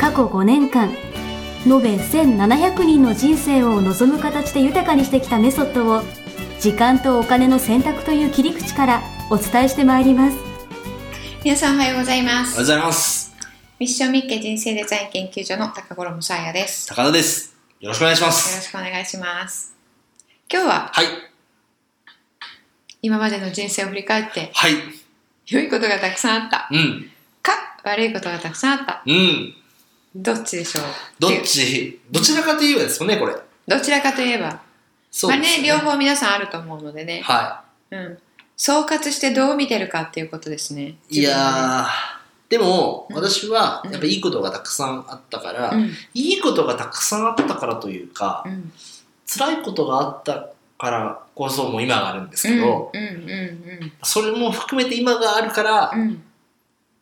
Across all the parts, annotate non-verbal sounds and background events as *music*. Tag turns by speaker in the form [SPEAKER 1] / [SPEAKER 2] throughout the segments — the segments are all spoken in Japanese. [SPEAKER 1] 過去5年間延べ1700人の人生を望む形で豊かにしてきたメソッドを時間とお金の選択という切り口からお伝えしてまいります
[SPEAKER 2] 皆さんおはようございま
[SPEAKER 3] おはよう
[SPEAKER 2] す
[SPEAKER 3] ございます。
[SPEAKER 2] ミッションミッケ人生デザイン研究所の高頃もさやですよ
[SPEAKER 3] 高田です。よろしくお願いしま
[SPEAKER 2] ろ
[SPEAKER 3] す。
[SPEAKER 2] しくお願いします今日は
[SPEAKER 3] はい。
[SPEAKER 2] 今までの人生を振り返って
[SPEAKER 3] はい。
[SPEAKER 2] 良いことがたくさんあった
[SPEAKER 3] うん。
[SPEAKER 2] か悪いことがたくさんあった
[SPEAKER 3] うん。
[SPEAKER 2] どっちでしょう
[SPEAKER 3] ど
[SPEAKER 2] てい
[SPEAKER 3] っ
[SPEAKER 2] う
[SPEAKER 3] ち、どちらかといえばですよね、これ。
[SPEAKER 2] どちらかといえば
[SPEAKER 3] そ
[SPEAKER 2] まあ
[SPEAKER 3] うで
[SPEAKER 2] ね
[SPEAKER 3] す、
[SPEAKER 2] 両。方皆さんあると思うのでね、
[SPEAKER 3] は
[SPEAKER 2] うん、総括してどう見てるかっていうことですね
[SPEAKER 3] い。いやー、でも、
[SPEAKER 2] うん
[SPEAKER 3] 私は
[SPEAKER 2] う、ん
[SPEAKER 3] やっぱいいことがたくさんあったか
[SPEAKER 2] 自
[SPEAKER 3] ら、
[SPEAKER 2] 分のね
[SPEAKER 3] いいことがたくさんあったからというか
[SPEAKER 2] う、んうん
[SPEAKER 3] 辛いことがあったからこそもう今があるんですけど、
[SPEAKER 2] うんうん
[SPEAKER 3] それも含めて今があるから、
[SPEAKER 2] うんうん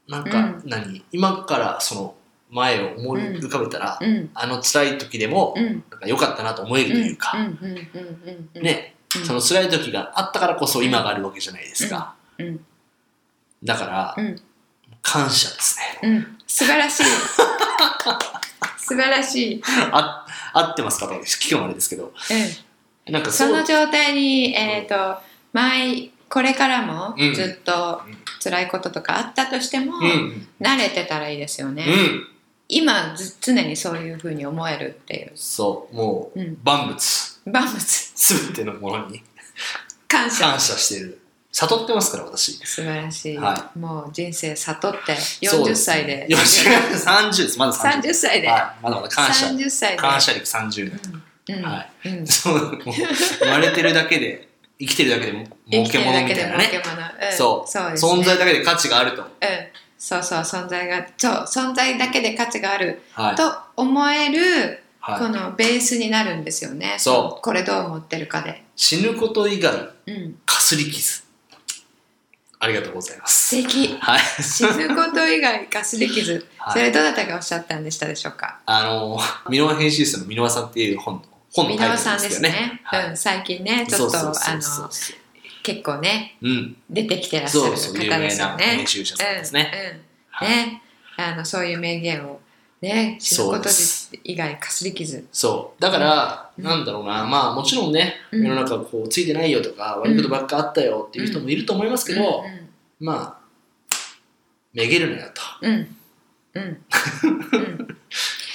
[SPEAKER 3] なん
[SPEAKER 2] う
[SPEAKER 3] か何、今からその前を思い浮かべたら、
[SPEAKER 2] うん
[SPEAKER 3] あの辛い時でも、
[SPEAKER 2] うん
[SPEAKER 3] なんか良かったなと思えるというか、
[SPEAKER 2] うんうんうんうんうん
[SPEAKER 3] ね、
[SPEAKER 2] うん
[SPEAKER 3] その辛い時があったからこそ今があるわけじゃないですか。
[SPEAKER 2] うん
[SPEAKER 3] だから、
[SPEAKER 2] うん
[SPEAKER 3] 感謝ですね。 *laughs*
[SPEAKER 2] うん素晴らしい素晴らしい、うん、
[SPEAKER 3] あ、合ってますかと聞くのもあれですけど。なんか
[SPEAKER 2] そ
[SPEAKER 3] そう、
[SPEAKER 2] の状態にえっ、と前これからも
[SPEAKER 3] うん
[SPEAKER 2] ずっと辛いこととかあったとしても、
[SPEAKER 3] うん、うん、
[SPEAKER 2] 慣れてたらいいですよね、
[SPEAKER 3] うん、
[SPEAKER 2] 今ず常にそういうふうに思えるっていう
[SPEAKER 3] そう、もう、
[SPEAKER 2] うん
[SPEAKER 3] 万物、
[SPEAKER 2] 万物
[SPEAKER 3] すべてのものに
[SPEAKER 2] 感謝
[SPEAKER 3] 感謝してる。悟ってますから、私。
[SPEAKER 2] 素晴らしい、
[SPEAKER 3] は
[SPEAKER 2] もう人生悟って
[SPEAKER 3] そう
[SPEAKER 2] 40歳で
[SPEAKER 3] よし、30です、まだ30。
[SPEAKER 2] 30歳で、
[SPEAKER 3] はい、まだまだ感謝。
[SPEAKER 2] 30歳で
[SPEAKER 3] 感謝力30年。
[SPEAKER 2] うんうん
[SPEAKER 3] は
[SPEAKER 2] うん
[SPEAKER 3] そう、もう、生まれてるだけで、生きてるだけでも、儲
[SPEAKER 2] 生き
[SPEAKER 3] け
[SPEAKER 2] てるだ
[SPEAKER 3] 物
[SPEAKER 2] けで
[SPEAKER 3] みたいな
[SPEAKER 2] 儲
[SPEAKER 3] ね。
[SPEAKER 2] け物、うん
[SPEAKER 3] そう
[SPEAKER 2] そうですね
[SPEAKER 3] 存在だけで価値があると。
[SPEAKER 2] うん、そうそう存在がそう存在だけで価値がある
[SPEAKER 3] はい。
[SPEAKER 2] と思える、こ
[SPEAKER 3] はい、
[SPEAKER 2] のベースになるんですよね
[SPEAKER 3] そう
[SPEAKER 2] これどう思ってるかで、
[SPEAKER 3] 死ぬこと以外、
[SPEAKER 2] うん、
[SPEAKER 3] かすり傷。ありがとうございます。
[SPEAKER 2] 素敵
[SPEAKER 3] はい。
[SPEAKER 2] 死ぬこと以外ガスできず、
[SPEAKER 3] *laughs* はい
[SPEAKER 2] それどなたがおっしゃったんでしたでしょうか
[SPEAKER 3] あの、ミノワ編集室のミノワさんっていう本の、本の
[SPEAKER 2] 箕
[SPEAKER 3] タ
[SPEAKER 2] 輪
[SPEAKER 3] イトル
[SPEAKER 2] さん
[SPEAKER 3] で
[SPEAKER 2] ですす
[SPEAKER 3] よ
[SPEAKER 2] ね
[SPEAKER 3] ね。は
[SPEAKER 2] うん、
[SPEAKER 3] い。
[SPEAKER 2] 最近ねちょっとあの結構ね
[SPEAKER 3] うん。
[SPEAKER 2] 出てきてらっしゃる
[SPEAKER 3] そうそう
[SPEAKER 2] 方ですよね。
[SPEAKER 3] 有名な編集者さんですね。
[SPEAKER 2] うん
[SPEAKER 3] は
[SPEAKER 2] うん
[SPEAKER 3] い
[SPEAKER 2] ねあのそういう名言をね死ぬこ
[SPEAKER 3] そう
[SPEAKER 2] と
[SPEAKER 3] です
[SPEAKER 2] 以外かすり傷。
[SPEAKER 3] そう。だから、
[SPEAKER 2] うん
[SPEAKER 3] なんだろうな、まあもちろんね、
[SPEAKER 2] うん
[SPEAKER 3] 世の中こう、ついてないよとか、悪いことばっかあったよっていう人もいると思いますけど、
[SPEAKER 2] う
[SPEAKER 3] まあ、めげるなよと。
[SPEAKER 2] んうんうんうんうん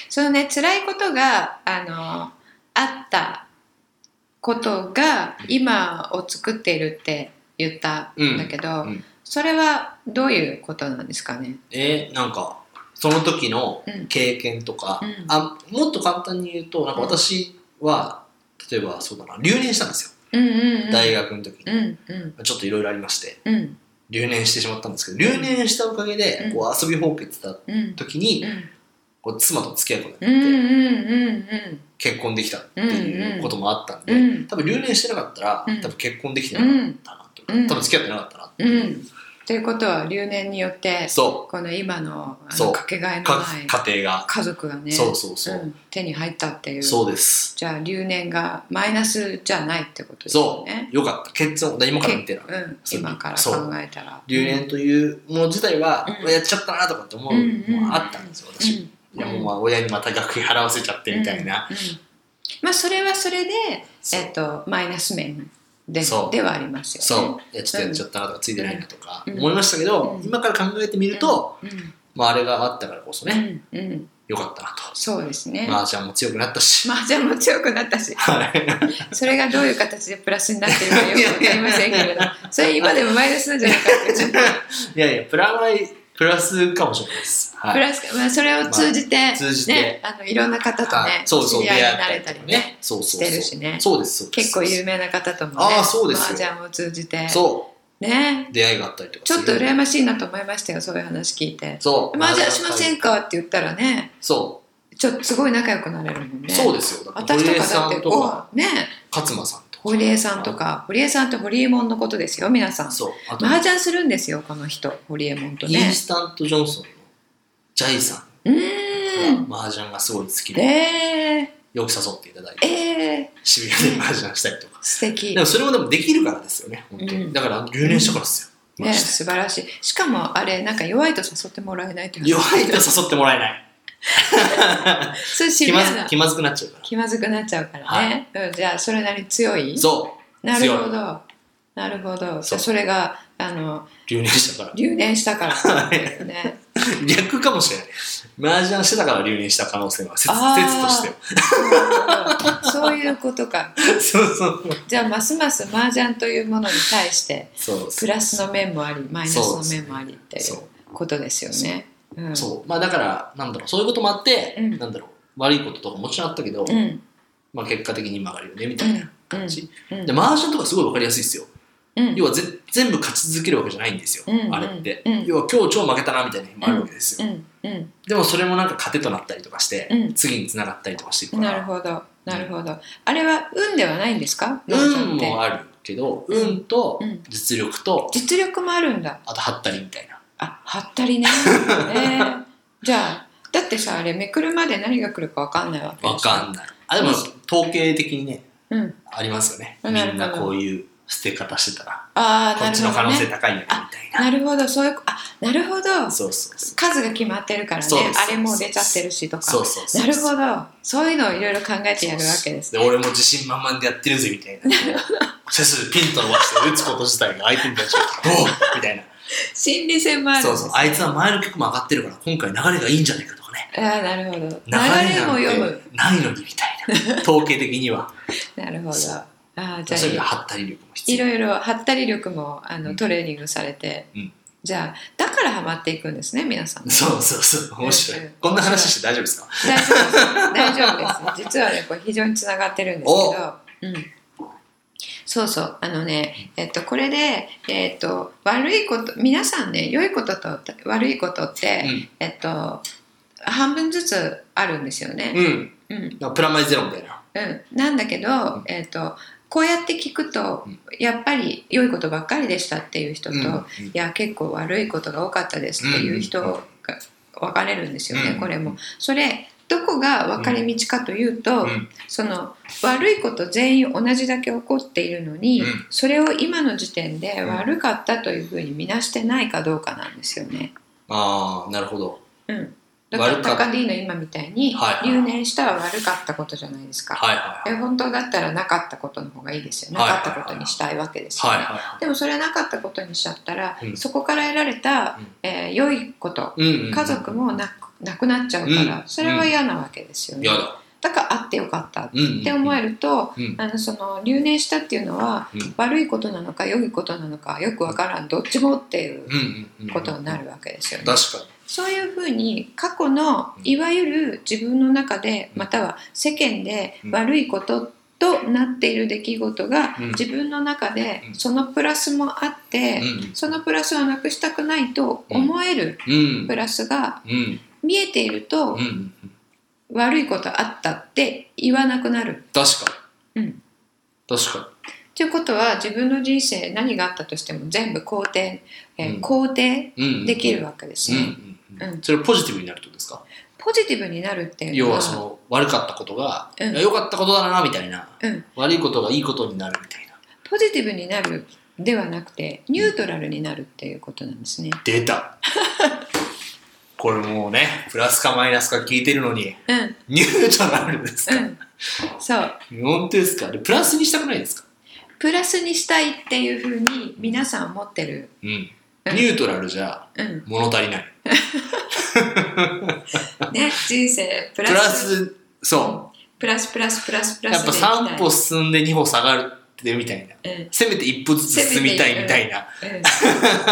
[SPEAKER 2] そのね辛いことがあのあったことが今を作っているって言ったんだけど、
[SPEAKER 3] うんうん
[SPEAKER 2] それはどういうことなんですかね。
[SPEAKER 3] えーなんかその時の
[SPEAKER 2] うん
[SPEAKER 3] 経験とか、
[SPEAKER 2] うん
[SPEAKER 3] あもっと簡単に言うとなんか私は、例えばそうだな留年したんですよ、
[SPEAKER 2] うんうんうん、
[SPEAKER 3] 大学の時に、
[SPEAKER 2] うんうん
[SPEAKER 3] ちょっといろいろありまして
[SPEAKER 2] うん
[SPEAKER 3] 留年してしまったんですけど留年したおかげで、
[SPEAKER 2] うん
[SPEAKER 3] こう遊びほうけてた
[SPEAKER 2] うん
[SPEAKER 3] 時に、
[SPEAKER 2] うん
[SPEAKER 3] こう妻と付き合うこと
[SPEAKER 2] うん
[SPEAKER 3] に
[SPEAKER 2] う
[SPEAKER 3] なって、
[SPEAKER 2] んうん
[SPEAKER 3] 結婚できたっていうこともあったんで、
[SPEAKER 2] うんうん
[SPEAKER 3] 多分留年してなかったら、
[SPEAKER 2] うん
[SPEAKER 3] 多分結婚できてなかったなとか、
[SPEAKER 2] うん
[SPEAKER 3] 多分付き合ってなかったなって
[SPEAKER 2] うんう
[SPEAKER 3] いう、
[SPEAKER 2] ん。ということは留年によって
[SPEAKER 3] そ
[SPEAKER 2] この今のあ
[SPEAKER 3] そ
[SPEAKER 2] の
[SPEAKER 3] う
[SPEAKER 2] かけがえ
[SPEAKER 3] う
[SPEAKER 2] の
[SPEAKER 3] か
[SPEAKER 2] ない
[SPEAKER 3] 家庭が、
[SPEAKER 2] 家族がね
[SPEAKER 3] そうそうそう、
[SPEAKER 2] うん手に入ったっていう
[SPEAKER 3] そうです
[SPEAKER 2] じゃあ留年がマイナスじゃないってことですよ
[SPEAKER 3] そ
[SPEAKER 2] ね。
[SPEAKER 3] うよかった結論何もかも見てない
[SPEAKER 2] うん、
[SPEAKER 3] そう
[SPEAKER 2] 今から考
[SPEAKER 3] そう
[SPEAKER 2] えたら。
[SPEAKER 3] 留年というもの自体は、
[SPEAKER 2] うん
[SPEAKER 3] うわやっちゃったなとかって思うのもあったんですよ、私、いやもうまあ親にまた学費払わせちゃってみたいな、。
[SPEAKER 2] うんうんうんまあそれはそれで、
[SPEAKER 3] そう
[SPEAKER 2] えっと、マイナス面で
[SPEAKER 3] そう
[SPEAKER 2] ではありますよね。
[SPEAKER 3] そういやちょっとやっちゃったなとかついてないなとか
[SPEAKER 2] うん
[SPEAKER 3] 思いましたけど、
[SPEAKER 2] うん
[SPEAKER 3] 今から考えてみると、
[SPEAKER 2] うん、うん
[SPEAKER 3] まあ、あれがあったからこそね、
[SPEAKER 2] うんうん、
[SPEAKER 3] よかったなと
[SPEAKER 2] そうですね。
[SPEAKER 3] まあちゃんも強くなったし、
[SPEAKER 2] 麻雀も強くなったし
[SPEAKER 3] はい
[SPEAKER 2] それがどういう形でプラスになっているかよくわかりませんけれどそれ今でもマイナスなんじゃないか
[SPEAKER 3] *laughs*
[SPEAKER 2] ってちょっと
[SPEAKER 3] いやいやプラマイプラスかもしれないです、はい
[SPEAKER 2] プラス、まあ、それを通じて,、ね
[SPEAKER 3] あ通じて
[SPEAKER 2] あのいろんな方と
[SPEAKER 3] は
[SPEAKER 2] ね
[SPEAKER 3] いそうそう
[SPEAKER 2] 知り合いになれたりね
[SPEAKER 3] 出会ったとかそうそうそう
[SPEAKER 2] してるしね
[SPEAKER 3] そうですそうです
[SPEAKER 2] 結構有名な方ともね
[SPEAKER 3] あーそうですよ
[SPEAKER 2] 麻雀を通じて
[SPEAKER 3] そ
[SPEAKER 2] ね
[SPEAKER 3] 出会いがあったりとか
[SPEAKER 2] ちょっと
[SPEAKER 3] する
[SPEAKER 2] 羨ましいなと思いましたよそういう話聞いて
[SPEAKER 3] そう
[SPEAKER 2] まあじゃあ
[SPEAKER 3] 話
[SPEAKER 2] し
[SPEAKER 3] し
[SPEAKER 2] ま
[SPEAKER 3] ま
[SPEAKER 2] せ
[SPEAKER 3] せん
[SPEAKER 2] んかって言ったらね
[SPEAKER 3] そ
[SPEAKER 2] ちょっとすごい仲良くなれるもん
[SPEAKER 3] う、
[SPEAKER 2] ね
[SPEAKER 3] そうですよだって
[SPEAKER 2] 私
[SPEAKER 3] 堀
[SPEAKER 2] と
[SPEAKER 3] 江
[SPEAKER 2] かだ
[SPEAKER 3] さ
[SPEAKER 2] って
[SPEAKER 3] んとか
[SPEAKER 2] おね
[SPEAKER 3] 勝間さんとか
[SPEAKER 2] 堀江さんとか堀江さんって堀江門のことですよ皆さん
[SPEAKER 3] そうあと、
[SPEAKER 2] 麻雀するんですよこの人堀江門と
[SPEAKER 3] イン
[SPEAKER 2] ね
[SPEAKER 3] スタントジョンソンのジャイさ
[SPEAKER 2] うー
[SPEAKER 3] ん
[SPEAKER 2] ん
[SPEAKER 3] が麻雀がすごい好きで、
[SPEAKER 2] え
[SPEAKER 3] よく誘っていただい
[SPEAKER 2] ー、
[SPEAKER 3] て
[SPEAKER 2] え
[SPEAKER 3] 渋谷で麻雀したりと
[SPEAKER 2] ー、
[SPEAKER 3] か
[SPEAKER 2] 素敵
[SPEAKER 3] でもそれもでもできるからですよね本当に、
[SPEAKER 2] うん
[SPEAKER 3] だから留年したからですよ、
[SPEAKER 2] ね、素晴らしいしかもあれなんか弱いと誘ってもらえないって話
[SPEAKER 3] 弱いと誘ってもらえない
[SPEAKER 2] それ
[SPEAKER 3] 気
[SPEAKER 2] 渋
[SPEAKER 3] ま
[SPEAKER 2] 谷
[SPEAKER 3] ず
[SPEAKER 2] だ
[SPEAKER 3] 気まずくなっちゃうか
[SPEAKER 2] 気まずくなっちゃうからね、うん、じゃあそれなりに強い
[SPEAKER 3] らそ
[SPEAKER 2] なるほどなるほどじゃあ
[SPEAKER 3] そう
[SPEAKER 2] それがあの
[SPEAKER 3] う留年したか
[SPEAKER 2] 留年したから
[SPEAKER 3] らはい
[SPEAKER 2] ね
[SPEAKER 3] *laughs* 逆かもしれない麻雀してたから留年した可能性は説
[SPEAKER 2] あー
[SPEAKER 3] 説としては
[SPEAKER 2] なるほど *laughs* そういうことか
[SPEAKER 3] *laughs* そうそう
[SPEAKER 2] じゃあますます麻雀というものに対して
[SPEAKER 3] そう
[SPEAKER 2] プラスの面もありマイナスの面もありってい
[SPEAKER 3] そう
[SPEAKER 2] うことですよね。うん
[SPEAKER 3] そうまあだからなんだろうそういうこともあって、
[SPEAKER 2] うん
[SPEAKER 3] なんだろう悪いこととかももちろんあったけど、
[SPEAKER 2] うんうん
[SPEAKER 3] まあ、結果的に今があるよねみたいな感じ、
[SPEAKER 2] うん
[SPEAKER 3] でマージャンとかすごい分かりやすいですよ、
[SPEAKER 2] うん
[SPEAKER 3] 要はぜ全部勝ち続けるわけじゃないんですよ、
[SPEAKER 2] うん
[SPEAKER 3] あれって、
[SPEAKER 2] うん
[SPEAKER 3] 要は今日超負けたなみたいな日もあるわけですよ、
[SPEAKER 2] うんうん
[SPEAKER 3] でもそれもなんか糧となったりとかして、
[SPEAKER 2] うん
[SPEAKER 3] 次につながったりとかしていくか
[SPEAKER 2] なる
[SPEAKER 3] ら
[SPEAKER 2] ほどなるほどあれは運ではないんですか
[SPEAKER 3] 運
[SPEAKER 2] 農場
[SPEAKER 3] も
[SPEAKER 2] って
[SPEAKER 3] あるけど運と
[SPEAKER 2] うん
[SPEAKER 3] 実力と、
[SPEAKER 2] 実力もあるんだ
[SPEAKER 3] あとはったりみたいな
[SPEAKER 2] あはった
[SPEAKER 3] *laughs*
[SPEAKER 2] りねねじゃあだってさあれめくるまで何が来るかわかんないわけ
[SPEAKER 3] わかんないあで
[SPEAKER 2] う
[SPEAKER 3] も
[SPEAKER 2] ん
[SPEAKER 3] 統計的にね
[SPEAKER 2] んうん
[SPEAKER 3] ありますよね
[SPEAKER 2] う
[SPEAKER 3] み
[SPEAKER 2] ん
[SPEAKER 3] んなこういう捨て方してたら
[SPEAKER 2] ああ
[SPEAKER 3] こ
[SPEAKER 2] な
[SPEAKER 3] っ
[SPEAKER 2] る
[SPEAKER 3] ちの
[SPEAKER 2] ほ
[SPEAKER 3] 可
[SPEAKER 2] ど
[SPEAKER 3] 能性
[SPEAKER 2] ね
[SPEAKER 3] 高いよねみたいな
[SPEAKER 2] なるほどそういうあなるほど
[SPEAKER 3] そうそうそう
[SPEAKER 2] 数が決まってるからね
[SPEAKER 3] そうです
[SPEAKER 2] あれもう出ちゃってるしとか
[SPEAKER 3] そうそうそう
[SPEAKER 2] なるほどそういうのをいろいろ考えてやるわけです
[SPEAKER 3] で俺も自信満々でやってるぜみたい
[SPEAKER 2] *laughs*
[SPEAKER 3] な背筋ピンと伸ばして打つこと自体が相手に対して「おう!」みたいな
[SPEAKER 2] *laughs* 心理戦もあるん
[SPEAKER 3] そう
[SPEAKER 2] です
[SPEAKER 3] そう
[SPEAKER 2] ね
[SPEAKER 3] あいつは前の曲も上がってるから今回流れがいいんじゃないかとかね
[SPEAKER 2] あーなるほど
[SPEAKER 3] 流れな
[SPEAKER 2] 流れも読
[SPEAKER 3] ん
[SPEAKER 2] む
[SPEAKER 3] てないのにみた
[SPEAKER 2] *laughs*
[SPEAKER 3] いな統計的には
[SPEAKER 2] なるほど
[SPEAKER 3] そう
[SPEAKER 2] あーじゃあ
[SPEAKER 3] そういう意味ではったり力も必
[SPEAKER 2] い
[SPEAKER 3] 要
[SPEAKER 2] ろいろはったり力もあ
[SPEAKER 3] う
[SPEAKER 2] の
[SPEAKER 3] ん
[SPEAKER 2] トレーニングされて、
[SPEAKER 3] うん
[SPEAKER 2] じゃあだからハマっていくんですね皆さん
[SPEAKER 3] そうそうそう面白
[SPEAKER 2] う
[SPEAKER 3] い
[SPEAKER 2] ん
[SPEAKER 3] こんな話して大丈夫ですか
[SPEAKER 2] 大丈夫です大丈夫です *laughs* 実はねこれ非常につながってるんですけど、うん、そうそうあのねえっとこれでえっと悪いこと皆さんね良いことと悪いことって、
[SPEAKER 3] うん
[SPEAKER 2] えっと半分ずつあるんですよね、
[SPEAKER 3] うん
[SPEAKER 2] うん、
[SPEAKER 3] だからプラマイゼロみたいな
[SPEAKER 2] うん、なんだけど、
[SPEAKER 3] ん
[SPEAKER 2] えー、とこうやって聞くと、
[SPEAKER 3] うん
[SPEAKER 2] やっぱり良いことばっかりでしたっていう人と、
[SPEAKER 3] うんうん
[SPEAKER 2] いや結構悪いことが多かったですっていう人
[SPEAKER 3] うんうん
[SPEAKER 2] が分かれるんですよね、
[SPEAKER 3] うん
[SPEAKER 2] これも。それどこが分かれ道かというと、
[SPEAKER 3] うん
[SPEAKER 2] その悪いこと全員同じだけ起こっているのに、
[SPEAKER 3] うん
[SPEAKER 2] それを今の時点で
[SPEAKER 3] うん
[SPEAKER 2] 悪かったというふうに見なしてないかどうかなんですよね。
[SPEAKER 3] ああなるほど
[SPEAKER 2] うん、だから
[SPEAKER 3] 悪かっ
[SPEAKER 2] 高 D の今みたいに、
[SPEAKER 3] はい
[SPEAKER 2] 留年したら悪かったことじゃないですか。
[SPEAKER 3] はいはい
[SPEAKER 2] え
[SPEAKER 3] はい
[SPEAKER 2] 本当だったらなかったことの方がいいですよな
[SPEAKER 3] はい
[SPEAKER 2] かったことにしたいわけですよね、
[SPEAKER 3] はいは
[SPEAKER 2] でもそれなかったことにしちゃったら、
[SPEAKER 3] うん
[SPEAKER 2] そこから得られた、
[SPEAKER 3] うん
[SPEAKER 2] えー良いこと
[SPEAKER 3] いうんうん
[SPEAKER 2] 家族もなくなくなっちゃうから、
[SPEAKER 3] うん
[SPEAKER 2] それは嫌なわけですよね、
[SPEAKER 3] やだ
[SPEAKER 2] だからあってよかったっ
[SPEAKER 3] うん
[SPEAKER 2] て思え
[SPEAKER 3] る
[SPEAKER 2] ると、
[SPEAKER 3] うん
[SPEAKER 2] あのその留年したっていうのは、
[SPEAKER 3] うん
[SPEAKER 2] 悪いことなのか良いことなのかよくわからんどっちもっていう
[SPEAKER 3] うんうんうん
[SPEAKER 2] ことになるわけですよね。
[SPEAKER 3] 確かに
[SPEAKER 2] そういうふうに過去の
[SPEAKER 3] うん
[SPEAKER 2] いわゆる自分の中で
[SPEAKER 3] うん
[SPEAKER 2] または世間で
[SPEAKER 3] うん
[SPEAKER 2] 悪いこととなっている出来事が
[SPEAKER 3] うん
[SPEAKER 2] 自分の中で
[SPEAKER 3] うん
[SPEAKER 2] そのプラスもあって
[SPEAKER 3] うん
[SPEAKER 2] そのプラスをなくしたくないと思える
[SPEAKER 3] うん
[SPEAKER 2] プラスが
[SPEAKER 3] うん
[SPEAKER 2] 見えている
[SPEAKER 3] う
[SPEAKER 2] と
[SPEAKER 3] んうんうん
[SPEAKER 2] 悪いことあったって言わなくなる。
[SPEAKER 3] 確かに、
[SPEAKER 2] うん
[SPEAKER 3] 確か
[SPEAKER 2] ということは自分の人生何があったとしても全部肯定、えー
[SPEAKER 3] うん
[SPEAKER 2] 肯定
[SPEAKER 3] に、うんうん
[SPEAKER 2] できるわけです
[SPEAKER 3] うん
[SPEAKER 2] ね、
[SPEAKER 3] うん
[SPEAKER 2] う
[SPEAKER 3] うんん、それポジティブになるってことですか
[SPEAKER 2] ポジティブになるっていう
[SPEAKER 3] 要
[SPEAKER 2] の
[SPEAKER 3] はその悪かったことが
[SPEAKER 2] うん
[SPEAKER 3] いや良、かったことだなみたいな
[SPEAKER 2] うん、
[SPEAKER 3] 悪いことがいいことになるみたいな
[SPEAKER 2] ポジティブになるではなくてニュートラルになるっていうことなんですね。*laughs*
[SPEAKER 3] 出たこれもうねプラスかマイナスか聞いてるのに
[SPEAKER 2] うん、うん、
[SPEAKER 3] ニュートラルですか、
[SPEAKER 2] そう
[SPEAKER 3] 本当ですかでプラスにしたくないですか
[SPEAKER 2] プラスにしたいっていうふうに皆さん思ってる。
[SPEAKER 3] うんニ
[SPEAKER 2] うん
[SPEAKER 3] ュートラルじゃ
[SPEAKER 2] うん、
[SPEAKER 3] 物足りない
[SPEAKER 2] ね、人生プ
[SPEAKER 3] プ
[SPEAKER 2] ラ
[SPEAKER 3] ラ
[SPEAKER 2] ス
[SPEAKER 3] スそ
[SPEAKER 2] プラスプラスプラスプ
[SPEAKER 3] う
[SPEAKER 2] ラス
[SPEAKER 3] やっぱ
[SPEAKER 2] でいきたい
[SPEAKER 3] 3歩進んで2歩下がってみたいな
[SPEAKER 2] うん
[SPEAKER 3] せめて一歩ずつ進みたいみたいな
[SPEAKER 2] うん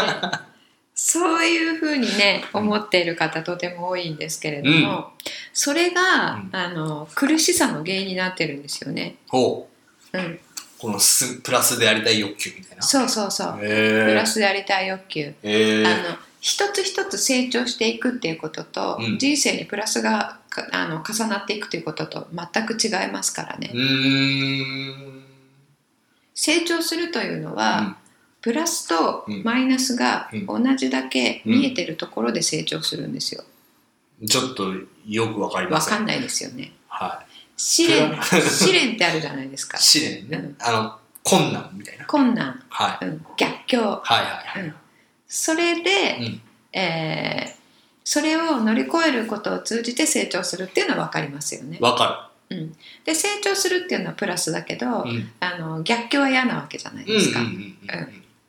[SPEAKER 2] *laughs* そういうふうにね思っている方とても多いんですけれども、それが、
[SPEAKER 3] うん
[SPEAKER 2] あの苦しさの原因になってるんですよね。
[SPEAKER 3] ほ
[SPEAKER 2] うん、
[SPEAKER 3] うこのすプラスでありたい欲求みたいな。
[SPEAKER 2] そうそうそう、プ
[SPEAKER 3] へ
[SPEAKER 2] ラスでありたい欲求、
[SPEAKER 3] え。へ
[SPEAKER 2] あ
[SPEAKER 3] え。
[SPEAKER 2] の一つ一つ成長していくっていうことと、
[SPEAKER 3] うん
[SPEAKER 2] 人生にプラスがかあの重なっていくということと全く違いますからね、
[SPEAKER 3] うーん。
[SPEAKER 2] 成長するというのは、プラスと
[SPEAKER 3] うん
[SPEAKER 2] マイナスが同じだけ
[SPEAKER 3] うん
[SPEAKER 2] 見えてるところで成長するんですよ、
[SPEAKER 3] うんちょっとよくわかりま
[SPEAKER 2] わ
[SPEAKER 3] せん。
[SPEAKER 2] かんないですよね
[SPEAKER 3] は
[SPEAKER 2] 試
[SPEAKER 3] *laughs*
[SPEAKER 2] 練
[SPEAKER 3] それは
[SPEAKER 2] 試練ってあるじゃないですか
[SPEAKER 3] い。試練
[SPEAKER 2] う
[SPEAKER 3] ね
[SPEAKER 2] ん。
[SPEAKER 3] あの、困難みたいな。
[SPEAKER 2] 困難、
[SPEAKER 3] はい。
[SPEAKER 2] うん、逆境
[SPEAKER 3] はいはいはい。
[SPEAKER 2] それで、
[SPEAKER 3] うん
[SPEAKER 2] えーそれを乗り越えることを通じて成長するっていうのは分かりますよね。
[SPEAKER 3] わか
[SPEAKER 2] で成長するっていうのはプラスだけど、
[SPEAKER 3] る。うん。
[SPEAKER 2] あの逆境は嫌なわけじゃない
[SPEAKER 3] うん
[SPEAKER 2] で
[SPEAKER 3] うん
[SPEAKER 2] すか。
[SPEAKER 3] うんうん。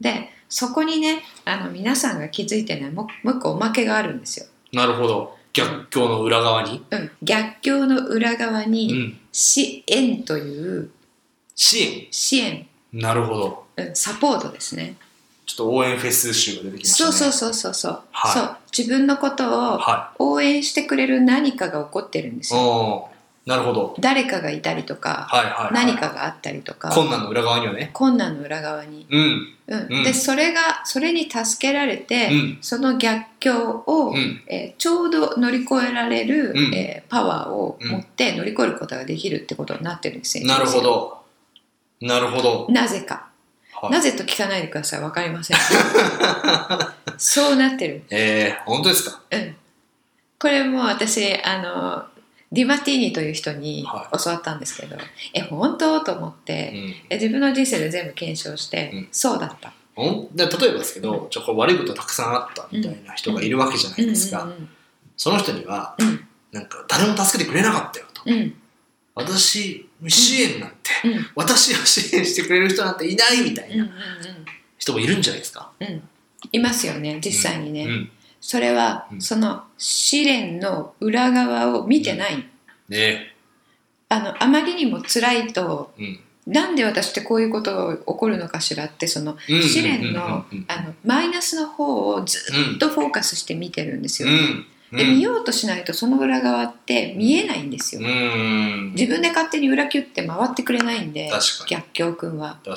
[SPEAKER 2] でそこにねあの皆さんが気づいてないもうもう一個おまけがあるんですよ。
[SPEAKER 3] なるほど。逆境の裏側に。
[SPEAKER 2] うん、逆境の裏側
[SPEAKER 3] う
[SPEAKER 2] に
[SPEAKER 3] ん。
[SPEAKER 2] 支援という
[SPEAKER 3] 支
[SPEAKER 2] 支援、
[SPEAKER 3] 援。なるほど。
[SPEAKER 2] うん、サポートですね。
[SPEAKER 3] ちょっと応援フェス集が出てきました
[SPEAKER 2] そ
[SPEAKER 3] ね。
[SPEAKER 2] うそうそうそうそう,、
[SPEAKER 3] はい
[SPEAKER 2] そう自分のことを
[SPEAKER 3] は
[SPEAKER 2] 応援してくれる何かが起こってるんです
[SPEAKER 3] い。
[SPEAKER 2] よ。
[SPEAKER 3] おーなるほど。
[SPEAKER 2] 誰かがいたりとか、
[SPEAKER 3] はいはい、はい。
[SPEAKER 2] 何かがあったりとか
[SPEAKER 3] 困難の裏側にはね。
[SPEAKER 2] 困難の裏側に、
[SPEAKER 3] うん。
[SPEAKER 2] うん
[SPEAKER 3] うん
[SPEAKER 2] でそれがそれに助けられて、
[SPEAKER 3] うん
[SPEAKER 2] その逆境を、
[SPEAKER 3] うん。
[SPEAKER 2] えーちょうど乗り越えられる、
[SPEAKER 3] うん
[SPEAKER 2] えーパワーを持って乗り越えることができるってことになってるんですよ。
[SPEAKER 3] なるほど。なるほど。
[SPEAKER 2] なぜか、
[SPEAKER 3] はい
[SPEAKER 2] なぜと聞かないでくださいわかりま
[SPEAKER 3] *laughs*
[SPEAKER 2] せんそうなってる、
[SPEAKER 3] えー、本当ですか
[SPEAKER 2] うん、これも私あのディマティーニという人に
[SPEAKER 3] はい
[SPEAKER 2] 教わったんですけど、え本当と思っ
[SPEAKER 3] う
[SPEAKER 2] て、
[SPEAKER 3] ん。
[SPEAKER 2] え自分の人生で全部検証して、
[SPEAKER 3] うん
[SPEAKER 2] そうだった
[SPEAKER 3] ほんで例えばですけど、ちょこれ悪いことたくさんあったみたいな人がいるわけじゃないですか。
[SPEAKER 2] うんうん
[SPEAKER 3] その人には、
[SPEAKER 2] うん
[SPEAKER 3] なんか誰も助けてくれなかったよと。
[SPEAKER 2] うんうん
[SPEAKER 3] 私、支援なんて、
[SPEAKER 2] うん
[SPEAKER 3] 私を支援してくれる人なんていないみたい
[SPEAKER 2] うんう
[SPEAKER 3] なん人もいるんじゃないですか。
[SPEAKER 2] うんうんいますよね実際にね、
[SPEAKER 3] うん。
[SPEAKER 2] それは、
[SPEAKER 3] うん
[SPEAKER 2] その試練の裏側を見てない、
[SPEAKER 3] ね
[SPEAKER 2] あのあまりにも辛いと
[SPEAKER 3] うん。
[SPEAKER 2] なんで私ってこういうことが起こるのかしらってその
[SPEAKER 3] うん
[SPEAKER 2] 試練の
[SPEAKER 3] うんうんうんうん
[SPEAKER 2] あのマイナスの方をず
[SPEAKER 3] うん
[SPEAKER 2] っ。とフォーカスして見てるんですよ、
[SPEAKER 3] うん。
[SPEAKER 2] で見
[SPEAKER 3] よ
[SPEAKER 2] ようとしないとその裏側って見えないんです
[SPEAKER 3] う
[SPEAKER 2] よ、
[SPEAKER 3] ん。
[SPEAKER 2] 自分で勝手に裏キュって回ってくれないんで
[SPEAKER 3] 確かに
[SPEAKER 2] 逆境くんは、
[SPEAKER 3] 確か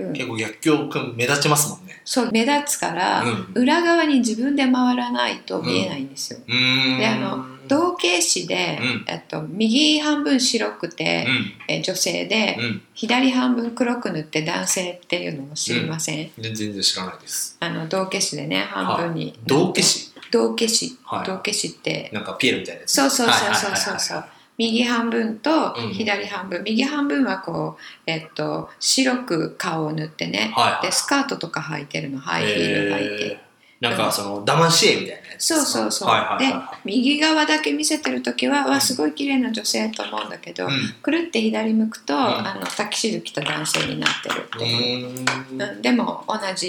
[SPEAKER 2] うん
[SPEAKER 3] に。結構逆境くん目立ちますもんね。
[SPEAKER 2] そう目立つから、
[SPEAKER 3] うん
[SPEAKER 2] 裏側に自分で回らないと見えないんですよ、
[SPEAKER 3] うーん。
[SPEAKER 2] であの同系詞で、
[SPEAKER 3] うん
[SPEAKER 2] えっと、右半分白くて、
[SPEAKER 3] う
[SPEAKER 2] え女性で、
[SPEAKER 3] ん。うん。
[SPEAKER 2] 左半分黒く塗って男性っていうのを知りません、
[SPEAKER 3] 全然知らないです。
[SPEAKER 2] あの同系詞でね半分に、
[SPEAKER 3] 道化師
[SPEAKER 2] 同系詞
[SPEAKER 3] はい
[SPEAKER 2] 同系詞って
[SPEAKER 3] なんかピエロみたいなやつ。
[SPEAKER 2] そうそうそうそうそうそう
[SPEAKER 3] はい
[SPEAKER 2] 右半分と
[SPEAKER 3] うん
[SPEAKER 2] 左半分、右半分はこう、えっと、白く顔を塗ってね、
[SPEAKER 3] はいはい
[SPEAKER 2] でスカートとか履いてるのハ
[SPEAKER 3] はい
[SPEAKER 2] イ
[SPEAKER 3] はい
[SPEAKER 2] ヒール履いて、
[SPEAKER 3] えーなんかその騙し絵みたいなやつです
[SPEAKER 2] そう
[SPEAKER 3] か。
[SPEAKER 2] そうそう、
[SPEAKER 3] はいはいはい
[SPEAKER 2] で
[SPEAKER 3] は
[SPEAKER 2] 右側だけ見せてる時は、
[SPEAKER 3] うん
[SPEAKER 2] わすごい綺麗な女性と思うんだけど、
[SPEAKER 3] い。うん
[SPEAKER 2] くるって左向くと、
[SPEAKER 3] ん
[SPEAKER 2] あのタキシード着た男性になってるっていう、
[SPEAKER 3] う
[SPEAKER 2] うんでも同じ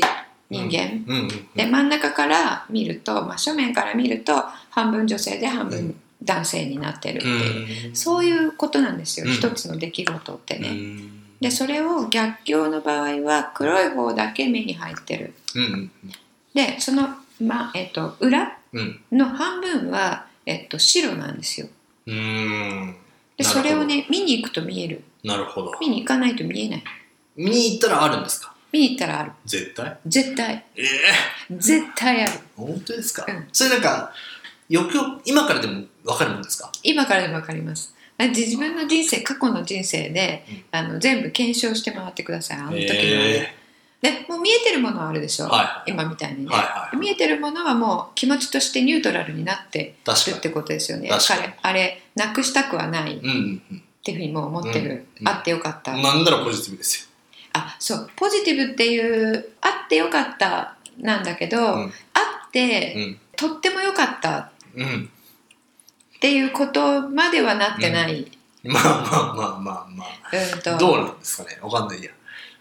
[SPEAKER 2] 人間、
[SPEAKER 3] んうんうん
[SPEAKER 2] で真ん中から見ると、まあ、正面から見ると半分女性で半
[SPEAKER 3] う
[SPEAKER 2] 分
[SPEAKER 3] ん
[SPEAKER 2] 男性になってるっていう、
[SPEAKER 3] うん
[SPEAKER 2] そういうことなんですよ、
[SPEAKER 3] うん
[SPEAKER 2] 一つの出来事ってね。
[SPEAKER 3] うん
[SPEAKER 2] でそれを逆境の場合は黒い方だけ目に入ってる
[SPEAKER 3] うん
[SPEAKER 2] でその、まえっと裏
[SPEAKER 3] うんうん
[SPEAKER 2] の半分は、えっと白なんですよ
[SPEAKER 3] うーん
[SPEAKER 2] で
[SPEAKER 3] なるほ
[SPEAKER 2] そ
[SPEAKER 3] ど
[SPEAKER 2] れをね見に行くと見える
[SPEAKER 3] なるほど
[SPEAKER 2] 見に行かないと見えない
[SPEAKER 3] 見に行ったらあるんですか
[SPEAKER 2] 見に行ったらある
[SPEAKER 3] 絶対
[SPEAKER 2] 絶対
[SPEAKER 3] ええ
[SPEAKER 2] 絶対ある
[SPEAKER 3] 本当ですか、
[SPEAKER 2] うん
[SPEAKER 3] それなんかよくよ今からでも分かるもんですか
[SPEAKER 2] 今からでも分かりますあじ自分の人生過去の人生で、
[SPEAKER 3] うん
[SPEAKER 2] あの全部検証して回ってくださいあの時の、
[SPEAKER 3] え
[SPEAKER 2] でもう見えてるものはあるでしょ、
[SPEAKER 3] はい
[SPEAKER 2] 今みたいにね、
[SPEAKER 3] はいはい
[SPEAKER 2] 見えてるものはもう気持ちとしてニュートラルになって
[SPEAKER 3] ー、確
[SPEAKER 2] るっ
[SPEAKER 3] か
[SPEAKER 2] てことですよね
[SPEAKER 3] 確かに
[SPEAKER 2] 彼あれなくしたくはないっ
[SPEAKER 3] にうんうん
[SPEAKER 2] ていうふうにもう思ってる、
[SPEAKER 3] うん
[SPEAKER 2] あってよかった、
[SPEAKER 3] うんなんならポジティブです
[SPEAKER 2] あそうポジティブっていうあってよかったなんだけど、
[SPEAKER 3] うん
[SPEAKER 2] あって
[SPEAKER 3] よ、うん
[SPEAKER 2] とっても良かった
[SPEAKER 3] うん、
[SPEAKER 2] っていうことまではなってない、うん
[SPEAKER 3] まあまあまあまあまあ
[SPEAKER 2] と
[SPEAKER 3] どうなんですかねわかんないや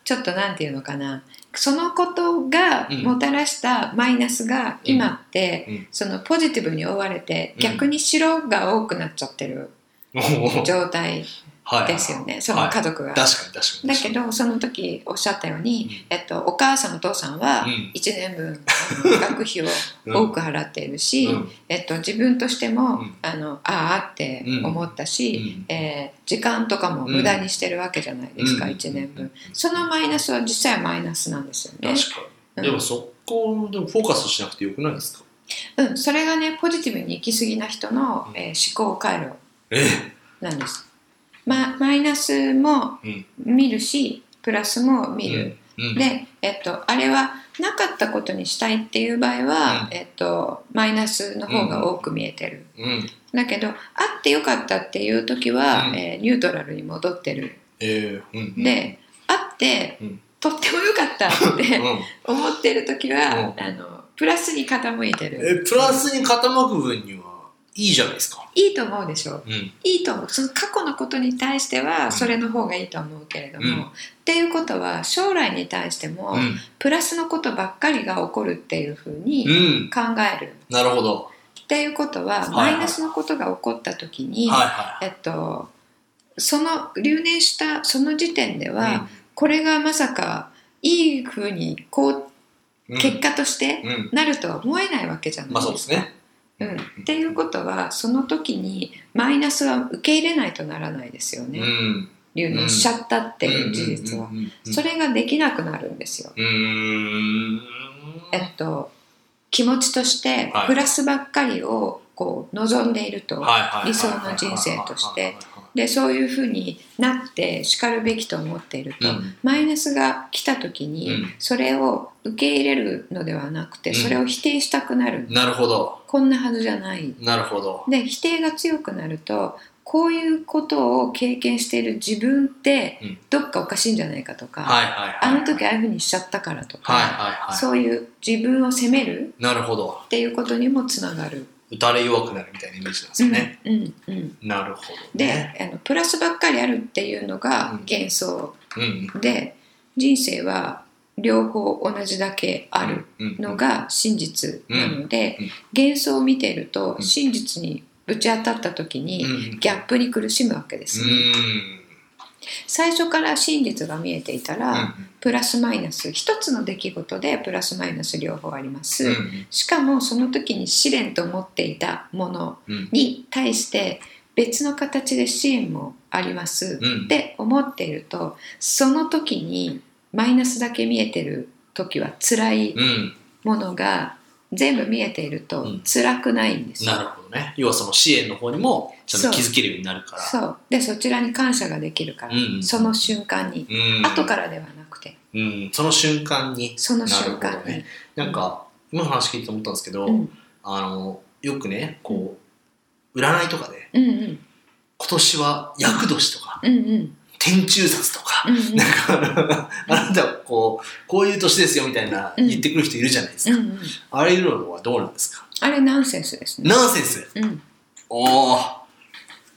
[SPEAKER 2] ちょっとなんていうのかなそのことが
[SPEAKER 3] うん
[SPEAKER 2] もたらしたマイナスが今って、
[SPEAKER 3] うん
[SPEAKER 2] そのポジティブに追われて
[SPEAKER 3] うん
[SPEAKER 2] 逆に白が多くなっちゃってる
[SPEAKER 3] おお
[SPEAKER 2] 状態
[SPEAKER 3] はいはい
[SPEAKER 2] ですよねその家族が。
[SPEAKER 3] 確かに確かに
[SPEAKER 2] だけどその時おっしゃったように、えっと、お母さんお父さんは
[SPEAKER 3] うん
[SPEAKER 2] 1年分、あの学
[SPEAKER 3] *laughs*
[SPEAKER 2] 費を多く払っているし、
[SPEAKER 3] うん
[SPEAKER 2] えっと、自分としても、
[SPEAKER 3] うん
[SPEAKER 2] あのああって思ったし、えー時間とかも無駄にしてるわけじゃないですか、1年分、そのマイナスは実際はマイナスなんですよね、
[SPEAKER 3] 確か
[SPEAKER 2] う
[SPEAKER 3] に
[SPEAKER 2] ん
[SPEAKER 3] でもそこでもフォーカスしなくてよくないですか
[SPEAKER 2] うん、それがねポジティブに行き過ぎな人の
[SPEAKER 3] う、ん
[SPEAKER 2] えー思考回路
[SPEAKER 3] え
[SPEAKER 2] なんです、ま、マイナスも
[SPEAKER 3] うん
[SPEAKER 2] 見るしプラスも見る、
[SPEAKER 3] うん
[SPEAKER 2] で、えっと、あれはなかったことにしたいっていう場合は、
[SPEAKER 3] うん
[SPEAKER 2] えっと、マイナスの方が多く見えてる、
[SPEAKER 3] うん
[SPEAKER 2] だけどあってよかったっていう時は、
[SPEAKER 3] うん
[SPEAKER 2] えーニュートラルに戻ってる、
[SPEAKER 3] えーうん
[SPEAKER 2] であって、
[SPEAKER 3] うん
[SPEAKER 2] とってもよかったっ
[SPEAKER 3] う
[SPEAKER 2] て
[SPEAKER 3] ん
[SPEAKER 2] *laughs* 思ってる時は、
[SPEAKER 3] うん
[SPEAKER 2] あのプラスに傾いてる
[SPEAKER 3] えプラスに傾く分にはいいじゃないですか
[SPEAKER 2] いいと思うでしょ
[SPEAKER 3] うん
[SPEAKER 2] いいと思うその過去のことに対しては
[SPEAKER 3] ん
[SPEAKER 2] それの方がいいと思うけれども、
[SPEAKER 3] うん
[SPEAKER 2] っていうことは将来に対しても、
[SPEAKER 3] うん
[SPEAKER 2] プラスのことばっかりが起こるっていうふう
[SPEAKER 3] う
[SPEAKER 2] に
[SPEAKER 3] ん
[SPEAKER 2] 考える、
[SPEAKER 3] なるほど
[SPEAKER 2] っていうことは、
[SPEAKER 3] い
[SPEAKER 2] マイナスのことが起こった時に、
[SPEAKER 3] はいは
[SPEAKER 2] えっと、その留年したその時点で
[SPEAKER 3] いは
[SPEAKER 2] は、
[SPEAKER 3] い
[SPEAKER 2] これがまさかいいふうにこう
[SPEAKER 3] うん
[SPEAKER 2] 結果として
[SPEAKER 3] うん
[SPEAKER 2] なるとは思えないわけじゃない
[SPEAKER 3] まあそうで
[SPEAKER 2] です
[SPEAKER 3] す
[SPEAKER 2] か。
[SPEAKER 3] ね
[SPEAKER 2] うん、っていうことはその時にマイナスは受け入れないとならないですよね。
[SPEAKER 3] うん
[SPEAKER 2] 留年しちゃったっていう事実は
[SPEAKER 3] うんうんうんうん
[SPEAKER 2] それができなくなるんですよ。
[SPEAKER 3] うーん
[SPEAKER 2] えっと気持ちとして
[SPEAKER 3] はい
[SPEAKER 2] プラスばっかりをこう望んでいると、
[SPEAKER 3] はいはいはいはいはいはいはい
[SPEAKER 2] 理想の人生としてでそういうふうになってしかるべきと思っていると、
[SPEAKER 3] うん
[SPEAKER 2] マイナスが来た時に、
[SPEAKER 3] うん
[SPEAKER 2] それを受け入れるのではなくて
[SPEAKER 3] うん
[SPEAKER 2] それを否定したくなる、
[SPEAKER 3] なるほど
[SPEAKER 2] こんなはずじゃない。
[SPEAKER 3] なるほど
[SPEAKER 2] で否定が強くなるとこういうことを経験している自分って
[SPEAKER 3] うん
[SPEAKER 2] どっかおかしいんじゃないかとか、
[SPEAKER 3] はいはいはい
[SPEAKER 2] あの時ああいうふうにしちゃったからとか、
[SPEAKER 3] はいはいはい
[SPEAKER 2] そういう自分を責める
[SPEAKER 3] なるほど
[SPEAKER 2] っていうことにもつながる。
[SPEAKER 3] 打たれ弱くなるみたいなイメージなんですよね、
[SPEAKER 2] うんうん、
[SPEAKER 3] なるほど
[SPEAKER 2] で、
[SPEAKER 3] ね
[SPEAKER 2] あのプラスばっかりあるっていうのが
[SPEAKER 3] うん
[SPEAKER 2] 幻想
[SPEAKER 3] うん
[SPEAKER 2] で人生は両方同じだけある
[SPEAKER 3] うん
[SPEAKER 2] のが真実なので、
[SPEAKER 3] うんうん
[SPEAKER 2] 幻想を見ていると
[SPEAKER 3] うん
[SPEAKER 2] 真実にぶち当たった時
[SPEAKER 3] う
[SPEAKER 2] に
[SPEAKER 3] ん
[SPEAKER 2] ギャップに苦しむわけです、ね最初から真実が見えていた
[SPEAKER 3] うん
[SPEAKER 2] ら、プラスマイナス一つの出来事でプラスマイナス両方あります、
[SPEAKER 3] うんうん
[SPEAKER 2] しかもその時に試練と思っていたもの
[SPEAKER 3] うん
[SPEAKER 2] に対して別の形で支援もあります
[SPEAKER 3] うん
[SPEAKER 2] って思っているとその時にマイナスだけ見えてる時は辛い
[SPEAKER 3] うん
[SPEAKER 2] ものが全部見えていると
[SPEAKER 3] うん
[SPEAKER 2] 辛くないんですよ。
[SPEAKER 3] なるほどね要はその支援の方にもちゃんと気づけるようになるから
[SPEAKER 2] そうでそちらに感謝ができるから、
[SPEAKER 3] うん
[SPEAKER 2] その瞬間に、
[SPEAKER 3] うん
[SPEAKER 2] 後からではなくて
[SPEAKER 3] うんその瞬間に
[SPEAKER 2] その瞬間
[SPEAKER 3] なるほど
[SPEAKER 2] に
[SPEAKER 3] ね。なんか今の話聞いて思ったんですけど、
[SPEAKER 2] うん
[SPEAKER 3] あのよくねこう占いとかで
[SPEAKER 2] うんうん
[SPEAKER 3] 今年は厄年とか
[SPEAKER 2] うんうん
[SPEAKER 3] 天中殺とか、
[SPEAKER 2] うんうん
[SPEAKER 3] あなたはこうこういう年ですよみたいな言ってくる人いるじゃないです
[SPEAKER 2] う
[SPEAKER 3] か、
[SPEAKER 2] んうん
[SPEAKER 3] あれいうのはどうなんですか
[SPEAKER 2] あれナンセンスですね。
[SPEAKER 3] ナンセンス
[SPEAKER 2] うん
[SPEAKER 3] おお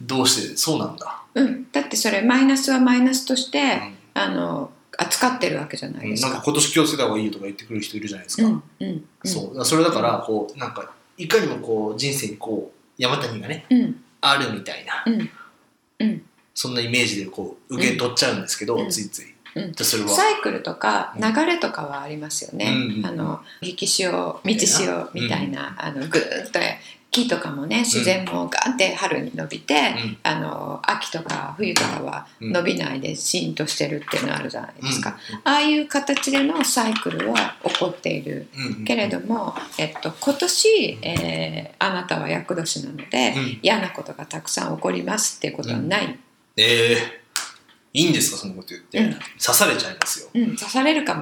[SPEAKER 3] どうしてそうなんだ、
[SPEAKER 2] うん、だってそれマイナスはマイナスとし
[SPEAKER 3] う
[SPEAKER 2] て、
[SPEAKER 3] ん
[SPEAKER 2] あの扱ってるわけじゃないです
[SPEAKER 3] なんか
[SPEAKER 2] か。
[SPEAKER 3] 今年気をつけた方がいいよとか言ってくる人いるじゃないです
[SPEAKER 2] う
[SPEAKER 3] か、
[SPEAKER 2] んうん
[SPEAKER 3] そうだからそれだからこうなんかいかにもこう人生にこう山谷がね
[SPEAKER 2] うんうん
[SPEAKER 3] あるみたいな
[SPEAKER 2] うんうん
[SPEAKER 3] そんなイメージでこう受け取っちゃうんですけど、
[SPEAKER 2] うん
[SPEAKER 3] ついつい、
[SPEAKER 2] うん
[SPEAKER 3] でそれは
[SPEAKER 2] サイクルとか
[SPEAKER 3] うん
[SPEAKER 2] 流れとかはありますよね。
[SPEAKER 3] うんうん
[SPEAKER 2] あの激潮道潮みたいな、あのぐーっと木とかもね自然もガンって春に伸びて、
[SPEAKER 3] うん
[SPEAKER 2] あの秋とか冬とかは伸びないでシーンとしてるっていうのあるじゃないですか。ああいう形でのサイクルは起こっている
[SPEAKER 3] うんうん
[SPEAKER 2] けれども、えっと、今年、えーあなたは厄年なので、
[SPEAKER 3] うん
[SPEAKER 2] 嫌なことがたくさん起こりますっていうことはない、
[SPEAKER 3] えーいいんですかそんなこと言って、
[SPEAKER 2] うん
[SPEAKER 3] 刺されちゃいますよ
[SPEAKER 2] うん刺される
[SPEAKER 3] *laughs*
[SPEAKER 2] かも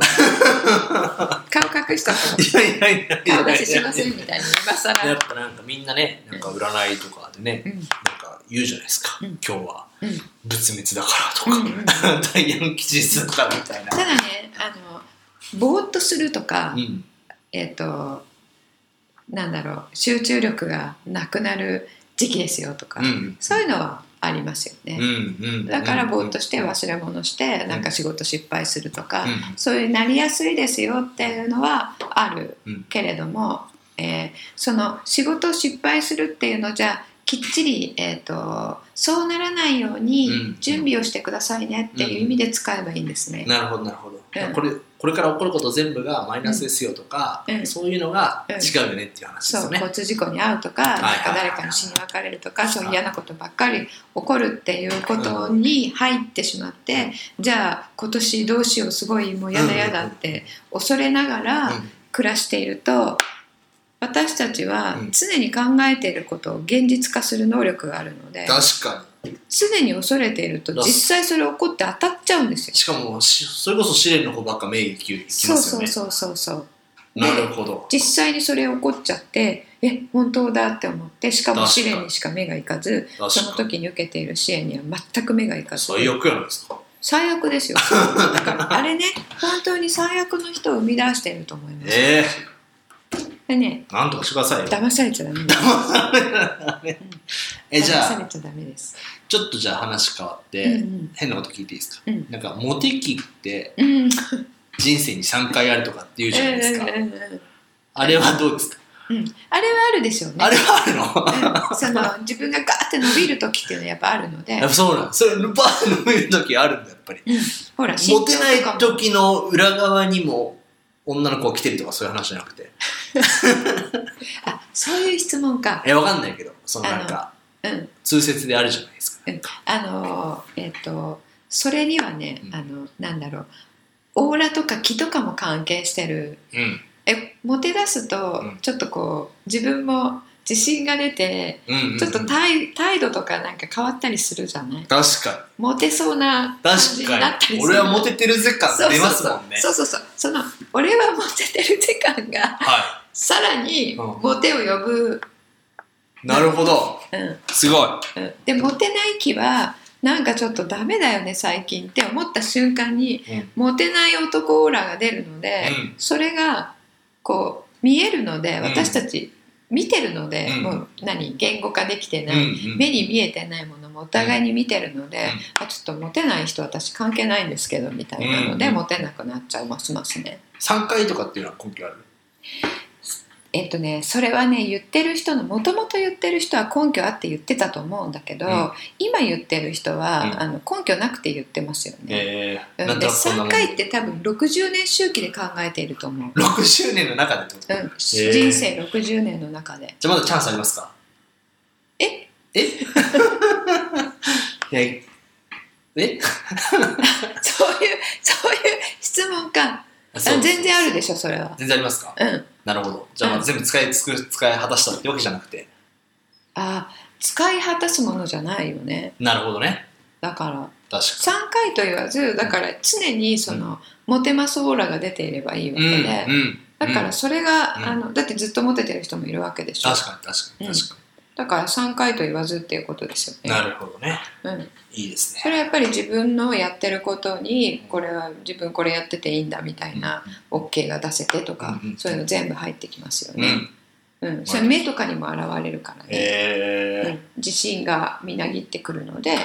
[SPEAKER 2] 顔隠したと
[SPEAKER 3] いやいやいやいや
[SPEAKER 2] 顔出ししませんみたいに今更
[SPEAKER 3] やっぱなんかみんなねなんか占いとかでね、
[SPEAKER 2] うん
[SPEAKER 3] なんか言うじゃないですか、
[SPEAKER 2] うん
[SPEAKER 3] 今日は
[SPEAKER 2] うん
[SPEAKER 3] 仏滅だからと
[SPEAKER 2] うんうん
[SPEAKER 3] か、 *laughs* 大安吉日だからみたいな
[SPEAKER 2] た、だねあのぼーっとするとか、
[SPEAKER 3] うん、
[SPEAKER 2] えっとなんだろう集中力がなくなる時期ですよとか、
[SPEAKER 3] うん
[SPEAKER 2] そういうのはありますよね、
[SPEAKER 3] うんうん
[SPEAKER 2] だからぼーっとして忘れ物してなんか仕事失敗するとか、
[SPEAKER 3] うん
[SPEAKER 2] そういうなりやすいですよっていうのはあるけれども、えーその仕事を失敗するっていうのじゃきっちり、えー、とそうならないよう
[SPEAKER 3] うん
[SPEAKER 2] に準備をしてくださいねっていう意味で使えばいいんですね。
[SPEAKER 3] なるほどなるほど、
[SPEAKER 2] うん
[SPEAKER 3] これこれから起こること全部がマイナスですよとか、
[SPEAKER 2] うん
[SPEAKER 3] そういうのが
[SPEAKER 2] うん
[SPEAKER 3] 違うよねっていう話で
[SPEAKER 2] そ
[SPEAKER 3] す
[SPEAKER 2] う
[SPEAKER 3] よね、
[SPEAKER 2] 交通事故に遭うとか
[SPEAKER 3] い
[SPEAKER 2] な
[SPEAKER 3] はい
[SPEAKER 2] んか誰かに死に別れるとかそういう嫌なことばっかり起こるっていうことに入ってしまってじゃあ今年どうしようすごいもうやだやだって恐れながら
[SPEAKER 3] うん
[SPEAKER 2] 暮らしていると私たちは
[SPEAKER 3] うん
[SPEAKER 2] 常に考えていることを現実化する能力があるので
[SPEAKER 3] 確か
[SPEAKER 2] 常に恐れていると
[SPEAKER 3] だ
[SPEAKER 2] 実際それ起こって当たっちゃうんですよ
[SPEAKER 3] に。しかもしそれこそ試練の子ばっか名義いきます
[SPEAKER 2] そ
[SPEAKER 3] よ
[SPEAKER 2] う
[SPEAKER 3] ね
[SPEAKER 2] そうそうそうそう
[SPEAKER 3] なるほど
[SPEAKER 2] 実際にそれ起こっちゃってえ本当だって思ってしかも試練にしか目がいかずその
[SPEAKER 3] 確かに
[SPEAKER 2] 時に受けている支援には全く目がいかず
[SPEAKER 3] そういう欲やなんですか
[SPEAKER 2] 最悪ですよだからあれね本当に最悪の人を生み出していると思います、
[SPEAKER 3] ええ
[SPEAKER 2] でね
[SPEAKER 3] なんとかしてくださいよ
[SPEAKER 2] 騙されちゃダメです
[SPEAKER 3] えじ
[SPEAKER 2] 騙
[SPEAKER 3] ゃ
[SPEAKER 2] され
[SPEAKER 3] あ
[SPEAKER 2] ちゃダメです、
[SPEAKER 3] ちょっとじゃあ話変わって、
[SPEAKER 2] うん
[SPEAKER 3] 変なこと聞いていいですか、
[SPEAKER 2] うん
[SPEAKER 3] なんかモテ期って
[SPEAKER 2] うんうん
[SPEAKER 3] 人生に3回あるとかって言うじゃないですか、
[SPEAKER 2] うんうんうん
[SPEAKER 3] あれはどうですか、
[SPEAKER 2] うんあれはあるでし *laughs* ょうね
[SPEAKER 3] あれはあるの
[SPEAKER 2] うんその自分がガーって伸びる時っていうのはやっぱあるので
[SPEAKER 3] やっぱそうなんそれバー飲める時あるんだやっぱり
[SPEAKER 2] うんほら身長
[SPEAKER 3] モテない
[SPEAKER 2] とかも
[SPEAKER 3] 時の裏側にも女の子が来てるとかそういう話じゃなくて
[SPEAKER 2] あそういう質問か
[SPEAKER 3] えわかんないけどそのなんか
[SPEAKER 2] うん
[SPEAKER 3] 通説であるじゃないですか
[SPEAKER 2] あのえっ、とそれにはね、
[SPEAKER 3] うん
[SPEAKER 2] あのなんだろうオーラとか気とかも関係してる
[SPEAKER 3] うん
[SPEAKER 2] えモテ出すと、
[SPEAKER 3] うん
[SPEAKER 2] ちょっとこう自分も自信が出て
[SPEAKER 3] うんうんうん
[SPEAKER 2] ちょっと態態度とかなんか変わったりするじゃない
[SPEAKER 3] 確か
[SPEAKER 2] モテそうな
[SPEAKER 3] に
[SPEAKER 2] 感じ
[SPEAKER 3] 確
[SPEAKER 2] になっ
[SPEAKER 3] か
[SPEAKER 2] たり
[SPEAKER 3] に
[SPEAKER 2] する
[SPEAKER 3] 俺はモテてるぜ感
[SPEAKER 2] そう
[SPEAKER 3] 出
[SPEAKER 2] そう
[SPEAKER 3] ます
[SPEAKER 2] そう
[SPEAKER 3] もんね
[SPEAKER 2] そうそうそうその俺はモテてる時間が
[SPEAKER 3] は
[SPEAKER 2] さらに
[SPEAKER 3] うん
[SPEAKER 2] モテを呼ぶ、
[SPEAKER 3] いなるほど
[SPEAKER 2] うんう
[SPEAKER 3] すごい
[SPEAKER 2] ん、でモテない気はなんかちょっとダメだよね最近って思った瞬間に
[SPEAKER 3] うん
[SPEAKER 2] モテない男オーラが出るので、
[SPEAKER 3] うん
[SPEAKER 2] それがこう見えるので
[SPEAKER 3] ん
[SPEAKER 2] 私たち見てるので、
[SPEAKER 3] うん
[SPEAKER 2] もう何言語化できて
[SPEAKER 3] う
[SPEAKER 2] なんい、
[SPEAKER 3] うん
[SPEAKER 2] 目に見えてないものもお互いに見てるので、あちょっとモテない人私関係ないんですけどみたいなので、
[SPEAKER 3] うん
[SPEAKER 2] モテなくなっちゃいますますね。
[SPEAKER 3] 3回とかっていうのは根拠ある
[SPEAKER 2] えっとね、それはね言ってる人のもともと言ってる人は根拠あって言ってたと思うんだけど、
[SPEAKER 3] うん
[SPEAKER 2] 今言ってる人は、
[SPEAKER 3] うん
[SPEAKER 2] あの根拠なくて言ってますよね。
[SPEAKER 3] え
[SPEAKER 2] う
[SPEAKER 3] ー、
[SPEAKER 2] ん
[SPEAKER 3] なんと
[SPEAKER 2] で
[SPEAKER 3] なくそんなも
[SPEAKER 2] 3
[SPEAKER 3] ん
[SPEAKER 2] 回って多分60年周期で考えていると思う。
[SPEAKER 3] 60年の中でってこと
[SPEAKER 2] うん、
[SPEAKER 3] ー
[SPEAKER 2] 人生60年の中で *laughs*
[SPEAKER 3] じゃあまだチャンスありますか
[SPEAKER 2] え
[SPEAKER 3] え *laughs* いやえ
[SPEAKER 2] そういうそういう質問か
[SPEAKER 3] あ
[SPEAKER 2] あ
[SPEAKER 3] そう
[SPEAKER 2] 全然あるでしょそれは
[SPEAKER 3] 全然ありますか
[SPEAKER 2] うん
[SPEAKER 3] なるほどじゃあま
[SPEAKER 2] う
[SPEAKER 3] あ
[SPEAKER 2] ん
[SPEAKER 3] 全部使いつく使い果たしたってわけじゃなくて
[SPEAKER 2] あ使い果たすものじゃないよね
[SPEAKER 3] なるほどね
[SPEAKER 2] だから
[SPEAKER 3] 確か
[SPEAKER 2] 3回と言わずだから常にその、モテますオーラが出ていればいいわ
[SPEAKER 3] に
[SPEAKER 2] け
[SPEAKER 3] うん
[SPEAKER 2] で、
[SPEAKER 3] うん
[SPEAKER 2] だからそれが、
[SPEAKER 3] うん
[SPEAKER 2] あのだってずっとモテてる人もいるわけでしょ
[SPEAKER 3] 確かに確かに確か
[SPEAKER 2] だから3回と言わずっていうことですよ
[SPEAKER 3] に
[SPEAKER 2] ね
[SPEAKER 3] なるほどね
[SPEAKER 2] うん、
[SPEAKER 3] いいですね
[SPEAKER 2] それはやっぱり自分のやってることにこれは自分これやってていいんだみたいな OK が出せてとか、
[SPEAKER 3] うんうん
[SPEAKER 2] そういうの全部入ってきますよ
[SPEAKER 3] う
[SPEAKER 2] ね、
[SPEAKER 3] ん
[SPEAKER 2] うんそれ目とかにも現れるからね、う
[SPEAKER 3] え
[SPEAKER 2] ん自信がみなぎってくるので、
[SPEAKER 3] ー、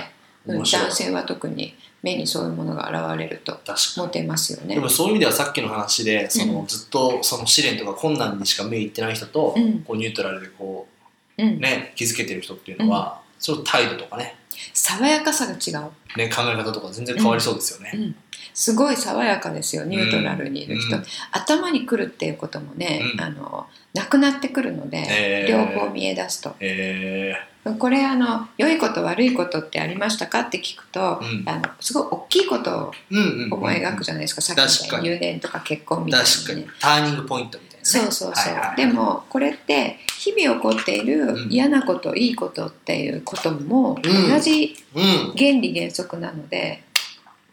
[SPEAKER 2] うん
[SPEAKER 3] 面白い
[SPEAKER 2] 男性は特に目にそういうものが現れると
[SPEAKER 3] 確か
[SPEAKER 2] モテますよ
[SPEAKER 3] に
[SPEAKER 2] ね
[SPEAKER 3] でもそういう意味ではさっきの話でその、
[SPEAKER 2] う
[SPEAKER 3] ずっとその試練とか困難にしか目いってない人と、
[SPEAKER 2] うん
[SPEAKER 3] こうニュートラルでこ
[SPEAKER 2] う、
[SPEAKER 3] うんね気づけてる人っていうのは、その態度とかね
[SPEAKER 2] 爽やかさが違う、
[SPEAKER 3] ね考え方とか全然変わりそうですよね、
[SPEAKER 2] うん、すごい爽やかですよニュートラルにいる人、
[SPEAKER 3] うん
[SPEAKER 2] 頭にくるっていうこともね、
[SPEAKER 3] うん
[SPEAKER 2] あのなくなってくるので、
[SPEAKER 3] えー
[SPEAKER 2] 両方見え出すと
[SPEAKER 3] え
[SPEAKER 2] これあの良いこと悪いことってありましたかって聞くと、
[SPEAKER 3] うん
[SPEAKER 2] あのすごい大きいこと
[SPEAKER 3] ー、うんうんうん
[SPEAKER 2] を思い描くじゃないですか、さっきみたいに留年とか結婚みたい
[SPEAKER 3] 確か
[SPEAKER 2] に、
[SPEAKER 3] に
[SPEAKER 2] ね、
[SPEAKER 3] ターニングポイントみたいなね
[SPEAKER 2] そうそうそう、
[SPEAKER 3] はいはい
[SPEAKER 2] でもこれって日々起こっている
[SPEAKER 3] うん
[SPEAKER 2] 嫌なこと、いいことっていうことも
[SPEAKER 3] うん
[SPEAKER 2] 同じ
[SPEAKER 3] うん
[SPEAKER 2] 原理原則なので、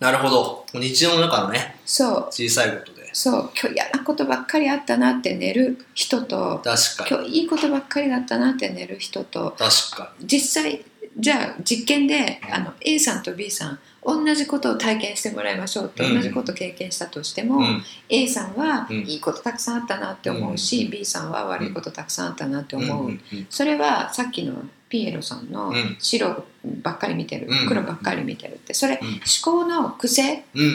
[SPEAKER 3] なるほど日常の中のね
[SPEAKER 2] そう
[SPEAKER 3] 小さいことで
[SPEAKER 2] そう今日嫌なことばっかりあったなって寝る人と
[SPEAKER 3] 確か
[SPEAKER 2] 今
[SPEAKER 3] に
[SPEAKER 2] 日いいことばっかりだったなって寝る人と
[SPEAKER 3] 確か
[SPEAKER 2] 実際じゃあ実験であの A さんと B さん同じことを体験してもらいましょうと
[SPEAKER 3] うん
[SPEAKER 2] 同じことを経験したとしても、
[SPEAKER 3] に、うん、
[SPEAKER 2] A さんは
[SPEAKER 3] うん
[SPEAKER 2] いいことたくさんあったなって思うし、
[SPEAKER 3] うん
[SPEAKER 2] B さんは悪いことたくさんあったなって思う、
[SPEAKER 3] うんうん
[SPEAKER 2] それはさっきのピエロさんの
[SPEAKER 3] うん
[SPEAKER 2] 白ばっかり見てる、
[SPEAKER 3] うん
[SPEAKER 2] 黒ばっかり見てるってそれ
[SPEAKER 3] うん
[SPEAKER 2] 思考の癖
[SPEAKER 3] うんうんうん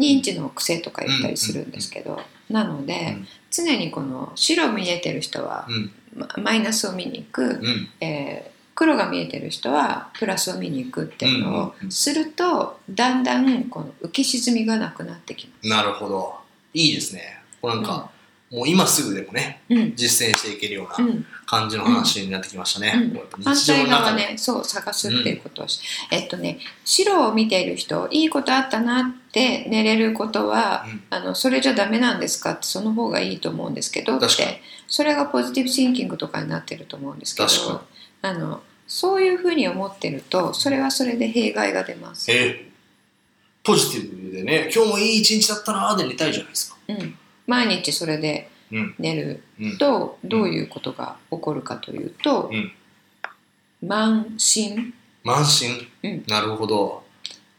[SPEAKER 2] 認知の癖とか言ったりするんですけど、なので、
[SPEAKER 3] うん
[SPEAKER 2] 常にこの白見えてる人は
[SPEAKER 3] うん
[SPEAKER 2] まマイナスを見に行く、
[SPEAKER 3] うん
[SPEAKER 2] えー黒が見えてる人はプラスを見に行くっていうの
[SPEAKER 3] うん
[SPEAKER 2] をするとだんだんこの浮き沈みがなくなってきま
[SPEAKER 3] なるほどいいですねこうなんか、もう今すぐでもね
[SPEAKER 2] す。うん
[SPEAKER 3] 実践していけるよう
[SPEAKER 2] う、
[SPEAKER 3] なん感じの話になってきましたね、
[SPEAKER 2] うん
[SPEAKER 3] こうやっぱ
[SPEAKER 2] 反
[SPEAKER 3] 日常
[SPEAKER 2] 対
[SPEAKER 3] の
[SPEAKER 2] 側
[SPEAKER 3] 中で、
[SPEAKER 2] ねそう探すっていうことをし、えっとね白を見ている人いいことあったなって寝れることは
[SPEAKER 3] うん
[SPEAKER 2] あのそれじゃダメなんですかってその方がいいと思うんですけどって
[SPEAKER 3] 確かに
[SPEAKER 2] それがポジティブシンキングとかになってると思うんですけど
[SPEAKER 3] 確か
[SPEAKER 2] あのそういうふうに思ってるとそれはそれで弊害が出ます。
[SPEAKER 3] えポジティブでね今日もいい一日だったなーで寝たいじゃないですか
[SPEAKER 2] うん、毎日それで
[SPEAKER 3] うん
[SPEAKER 2] 寝る
[SPEAKER 3] うん
[SPEAKER 2] とどういうことが起こるかというと
[SPEAKER 3] うん
[SPEAKER 2] 慢心
[SPEAKER 3] 満身、
[SPEAKER 2] うん
[SPEAKER 3] なるほど、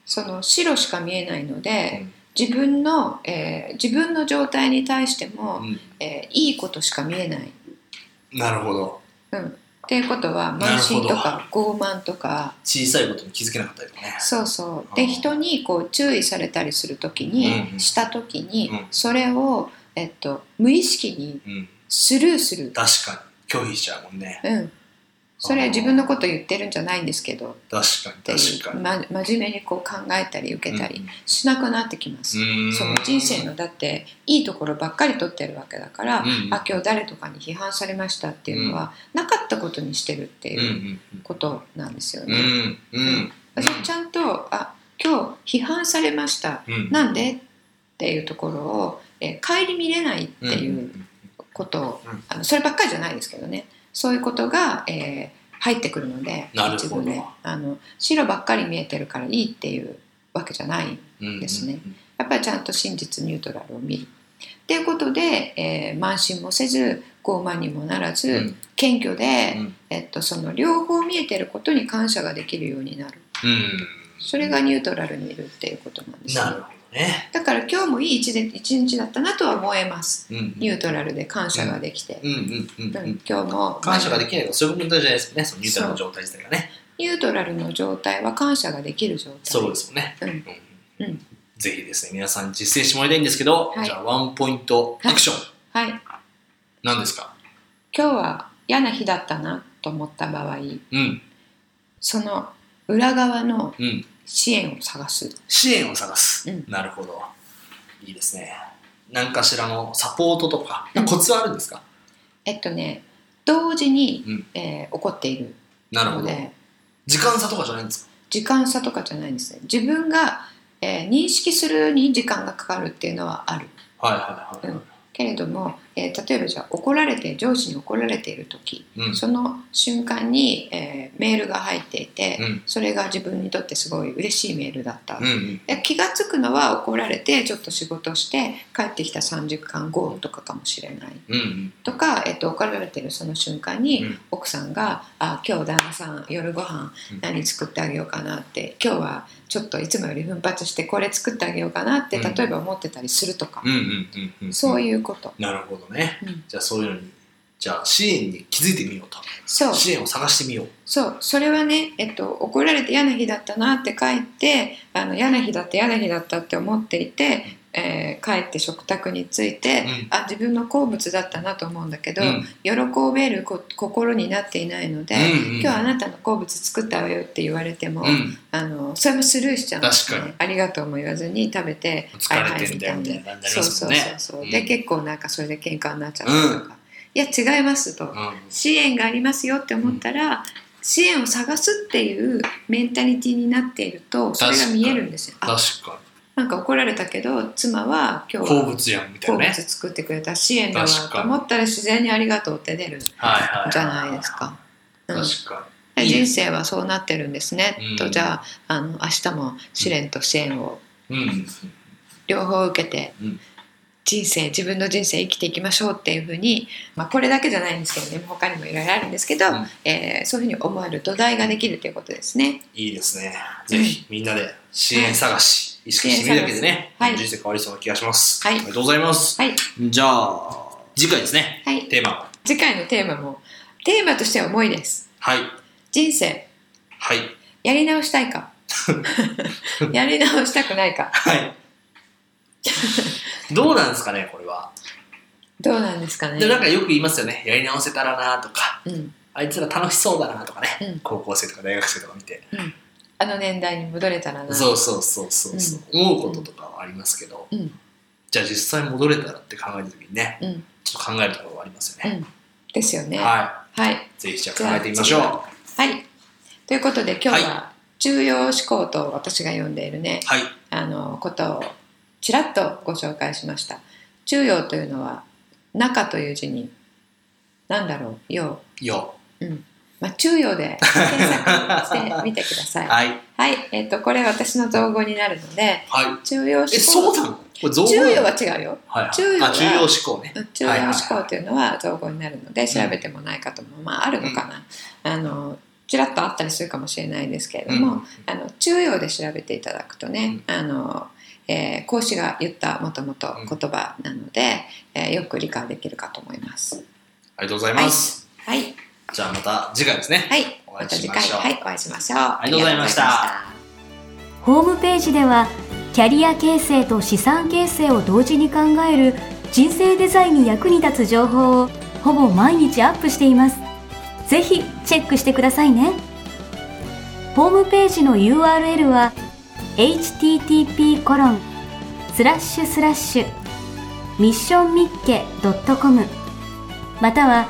[SPEAKER 2] その白しか見えないので。
[SPEAKER 3] うん
[SPEAKER 2] 自分の、えー自分の状態に対しても、
[SPEAKER 3] うん
[SPEAKER 2] えーいいことしか見えない、
[SPEAKER 3] なるほど
[SPEAKER 2] うん、っていうことは
[SPEAKER 3] なる
[SPEAKER 2] 慢
[SPEAKER 3] ほ
[SPEAKER 2] 心
[SPEAKER 3] ど
[SPEAKER 2] とか傲慢とか
[SPEAKER 3] 小さいことに気づけなかったりとかね
[SPEAKER 2] そうそう
[SPEAKER 3] あ
[SPEAKER 2] で
[SPEAKER 3] ー
[SPEAKER 2] 人にこう注意されたりする時
[SPEAKER 3] うん
[SPEAKER 2] に、
[SPEAKER 3] うん
[SPEAKER 2] した時に、
[SPEAKER 3] うん
[SPEAKER 2] それを、えっと、無意識に
[SPEAKER 3] うん
[SPEAKER 2] スルーする、
[SPEAKER 3] 確かに拒否しちゃうもんね
[SPEAKER 2] うん、それ
[SPEAKER 3] あ
[SPEAKER 2] は
[SPEAKER 3] ー
[SPEAKER 2] 自分のこと言ってるんじゃないんですけど
[SPEAKER 3] 確
[SPEAKER 2] って
[SPEAKER 3] かに
[SPEAKER 2] い
[SPEAKER 3] 確か
[SPEAKER 2] う、
[SPEAKER 3] に
[SPEAKER 2] ま、真面目にこう考えたり受けた
[SPEAKER 3] う
[SPEAKER 2] り
[SPEAKER 3] ん
[SPEAKER 2] しなくなってきます。
[SPEAKER 3] うん
[SPEAKER 2] その人生のだっていいところばっかり取ってるわけだから、
[SPEAKER 3] うん
[SPEAKER 2] あ今日誰とかに批判されましたっていうのは、なかったことにしてるって
[SPEAKER 3] う
[SPEAKER 2] いうんことなんですよ
[SPEAKER 3] うんう
[SPEAKER 2] ね。
[SPEAKER 3] んうん
[SPEAKER 2] 私ちゃんとあ今日批判されました
[SPEAKER 3] うん
[SPEAKER 2] なんでっていうところを、えー顧みれないって
[SPEAKER 3] ん
[SPEAKER 2] いうんことを、
[SPEAKER 3] うん
[SPEAKER 2] あのそればっかりじゃないですけどねそういうことが、えー入ってくるので
[SPEAKER 3] なるほど
[SPEAKER 2] 一部であの白ばっかり見えてるからいいっていうわけじゃない
[SPEAKER 3] うん
[SPEAKER 2] ですね
[SPEAKER 3] うん
[SPEAKER 2] やっぱりちゃんと真実ニュートラルを見る。っていうことで、えー慢心もせず傲慢にもならず、
[SPEAKER 3] うん
[SPEAKER 2] 謙虚で、
[SPEAKER 3] うん
[SPEAKER 2] えっと、その両方見えてることに感謝ができるようになる
[SPEAKER 3] うん
[SPEAKER 2] それがニュートラルにいるっていうことなんですね
[SPEAKER 3] なるほどね
[SPEAKER 2] だから今日もいい一で一日だったなとは思えます
[SPEAKER 3] うん
[SPEAKER 2] ニュートラルで感謝ができて、
[SPEAKER 3] うんうんうん
[SPEAKER 2] う
[SPEAKER 3] うんん
[SPEAKER 2] 今日も
[SPEAKER 3] 感謝ができないのはそういうことじゃないですかねそのニュートラルの状態自体がね
[SPEAKER 2] ニュートラルの状態は感謝ができる状態
[SPEAKER 3] そうですよね
[SPEAKER 2] うん
[SPEAKER 3] うん
[SPEAKER 2] うん
[SPEAKER 3] ぜひですね皆さん実践してもらいたいんですけど
[SPEAKER 2] はい
[SPEAKER 3] じゃあワンポイントアクション
[SPEAKER 2] はい
[SPEAKER 3] 何ですか
[SPEAKER 2] 今日は嫌な日だったなと思った場合
[SPEAKER 3] うん
[SPEAKER 2] その裏側の
[SPEAKER 3] うん
[SPEAKER 2] 支援を探す
[SPEAKER 3] 支援を探す
[SPEAKER 2] うん
[SPEAKER 3] なるほどいいですね何かしらのサポートとか
[SPEAKER 2] うん
[SPEAKER 3] コツはあるんですか
[SPEAKER 2] えっとね同時に、
[SPEAKER 3] うん
[SPEAKER 2] えー起こっている
[SPEAKER 3] なるほ
[SPEAKER 2] の
[SPEAKER 3] ど
[SPEAKER 2] で
[SPEAKER 3] 時間差とかじゃないんですか
[SPEAKER 2] 時間差とかじゃないんですね自分が、えー認識するに時間がかかるっていうのはある
[SPEAKER 3] はいはいはいはい
[SPEAKER 2] けれども、えー例えばじゃあ怒られて上司に怒られている時
[SPEAKER 3] うん
[SPEAKER 2] その瞬間に、えーメールが入っていて、
[SPEAKER 3] うん
[SPEAKER 2] それが自分にとってすごい嬉しいメールだった、
[SPEAKER 3] うんうん
[SPEAKER 2] で気が付くのは怒られてちょっと仕事して帰ってきた3時間後とかかもしれない
[SPEAKER 3] うんうん
[SPEAKER 2] とか、えっと、怒られてるその瞬間に、
[SPEAKER 3] うん
[SPEAKER 2] 奥さんが「あ今日旦那さん夜ご飯
[SPEAKER 3] うん
[SPEAKER 2] 何作ってあげようかな」って「今日はちょっといつもより奮発してこれ作ってあげようかな」って
[SPEAKER 3] うん
[SPEAKER 2] 例えば思ってたりするとか、
[SPEAKER 3] うんうんうんうん
[SPEAKER 2] そういうこと。
[SPEAKER 3] なるほどね
[SPEAKER 2] うん
[SPEAKER 3] じゃあそういうのにじゃあ支援に気づいてみようと
[SPEAKER 2] そう
[SPEAKER 3] 支援を探してみよう
[SPEAKER 2] そうそれはね、えっと、怒られて嫌な日だったなって書いてあの嫌な日だった嫌な日だったって思っていて、えー帰って食卓について、
[SPEAKER 3] うん
[SPEAKER 2] あ自分の好物だったなと思うんだけど、
[SPEAKER 3] うん
[SPEAKER 2] 喜べるこ心になっていないので、
[SPEAKER 3] うんうん
[SPEAKER 2] 今日あなたの好物作ったわよって言われても、
[SPEAKER 3] うん
[SPEAKER 2] あのそれもスルーしちゃうんです
[SPEAKER 3] 確かに
[SPEAKER 2] ありがとうも言わずに食べて
[SPEAKER 3] 疲れてんだよ
[SPEAKER 2] はいはい
[SPEAKER 3] みたいな感じになります
[SPEAKER 2] そ
[SPEAKER 3] も
[SPEAKER 2] うん
[SPEAKER 3] ね
[SPEAKER 2] そうそうそう、
[SPEAKER 3] う
[SPEAKER 2] で
[SPEAKER 3] ん
[SPEAKER 2] 結構なんかそれで喧嘩になっちゃったりとか、いや違いますと。
[SPEAKER 3] う
[SPEAKER 2] 支援がありますよって思ったら、支援を探すっていうメンタリティーになっているとそれが見えるんですよ。
[SPEAKER 3] ん、
[SPEAKER 2] あ
[SPEAKER 3] 確か
[SPEAKER 2] なんか怒られたけど妻は今
[SPEAKER 3] に
[SPEAKER 2] 日
[SPEAKER 3] 好
[SPEAKER 2] は
[SPEAKER 3] 物やんみたい
[SPEAKER 2] 好
[SPEAKER 3] な
[SPEAKER 2] 物
[SPEAKER 3] ね
[SPEAKER 2] 作ってくれた支援だわ
[SPEAKER 3] 確
[SPEAKER 2] と
[SPEAKER 3] かに
[SPEAKER 2] 思ったら自然にありがとうって出るじ
[SPEAKER 3] はいはいはい
[SPEAKER 2] ゃないですか。うん
[SPEAKER 3] 確か
[SPEAKER 2] で
[SPEAKER 3] いいね
[SPEAKER 2] 人生はそうなってるんですね、
[SPEAKER 3] うん
[SPEAKER 2] とじゃああの明日も試練と支援を
[SPEAKER 3] にうん
[SPEAKER 2] 両方受けて、
[SPEAKER 3] うん
[SPEAKER 2] 人生自分の人生生きていきましょうっていうふうに、まあ、これだけじゃないんですけどね他にもいろいろあるんですけど、
[SPEAKER 3] うん
[SPEAKER 2] えーそういうふうに思える土台ができるということですね。
[SPEAKER 3] いいですねぜひみんなで支援探し、意識してみるだけでね、
[SPEAKER 2] 支援探し
[SPEAKER 3] 人生変わりそうな気がします、
[SPEAKER 2] はい
[SPEAKER 3] ありがとうございます、
[SPEAKER 2] はい、
[SPEAKER 3] じゃあ次回ですね
[SPEAKER 2] はい、
[SPEAKER 3] テーマは
[SPEAKER 2] 次回のテーマもテーマとしては重いです。
[SPEAKER 3] はい
[SPEAKER 2] 人生
[SPEAKER 3] はい
[SPEAKER 2] やり直したい
[SPEAKER 3] *laughs*
[SPEAKER 2] かやり直したくないか
[SPEAKER 3] はい
[SPEAKER 2] *laughs*
[SPEAKER 3] どうなんですかねこれは、
[SPEAKER 2] どうなんですかね
[SPEAKER 3] で。なんかよく言いますよねやり直せたらなとか
[SPEAKER 2] うん
[SPEAKER 3] あいつら楽しそうだなとかね、
[SPEAKER 2] うん
[SPEAKER 3] 高校生とか大学生とか見て、
[SPEAKER 2] あの年代に戻れたらな
[SPEAKER 3] そうそうそうそうそう、思うこととかはありますけど、
[SPEAKER 2] うん
[SPEAKER 3] じゃあ実際戻れたらって考えた時にね
[SPEAKER 2] うん
[SPEAKER 3] ちょっと考えるところはありますよね、
[SPEAKER 2] ですよねい、
[SPEAKER 3] は
[SPEAKER 2] はい
[SPEAKER 3] いぜひじゃあ考えてみましょう
[SPEAKER 2] じゃあはいということで今日
[SPEAKER 3] は
[SPEAKER 2] は重要思考と私が読んでいるね
[SPEAKER 3] はい
[SPEAKER 2] あのことをちらっとご紹介しました中庸というのは中という字に何だろう陽
[SPEAKER 3] よ
[SPEAKER 2] うんまあ、中庸で検索してみてください。はい、
[SPEAKER 3] *laughs* はい
[SPEAKER 2] えっ、と、これ私の造語になるので、
[SPEAKER 3] はい
[SPEAKER 2] 中庸思考。
[SPEAKER 3] えそうなのこれ造語
[SPEAKER 2] 中
[SPEAKER 3] なの
[SPEAKER 2] 庸は違うよ。
[SPEAKER 3] はいはい
[SPEAKER 2] 中庸は
[SPEAKER 3] あ中庸思考ね
[SPEAKER 2] うん中庸思考というのは造語になるので、調べてもない方も、まあ、あるのかな。あの、ちらっとあったりするかもしれないですけれども、あの中庸で調べていただくとね、あのえー講師が言ったもともと言葉なので、えーよく理解できるかと思います。
[SPEAKER 3] ありがとうございます、
[SPEAKER 2] はい、
[SPEAKER 3] じゃあまた次回ですね
[SPEAKER 2] はい、
[SPEAKER 3] お
[SPEAKER 2] ま
[SPEAKER 3] 会い
[SPEAKER 2] た
[SPEAKER 3] し
[SPEAKER 2] 次
[SPEAKER 3] ま
[SPEAKER 2] 回、
[SPEAKER 3] しょう
[SPEAKER 2] はい、お会いしましょう。あ
[SPEAKER 3] りがとうございました
[SPEAKER 2] りがとうございまし
[SPEAKER 1] ホームページではキャリア形成と資産形成を同時に考える人生デザインに役に立つ情報をほぼ毎日アップしていますぜひチェックしてくださいねホームページの URL は http コロンスラッシュスラッシュミッションミッケ .com または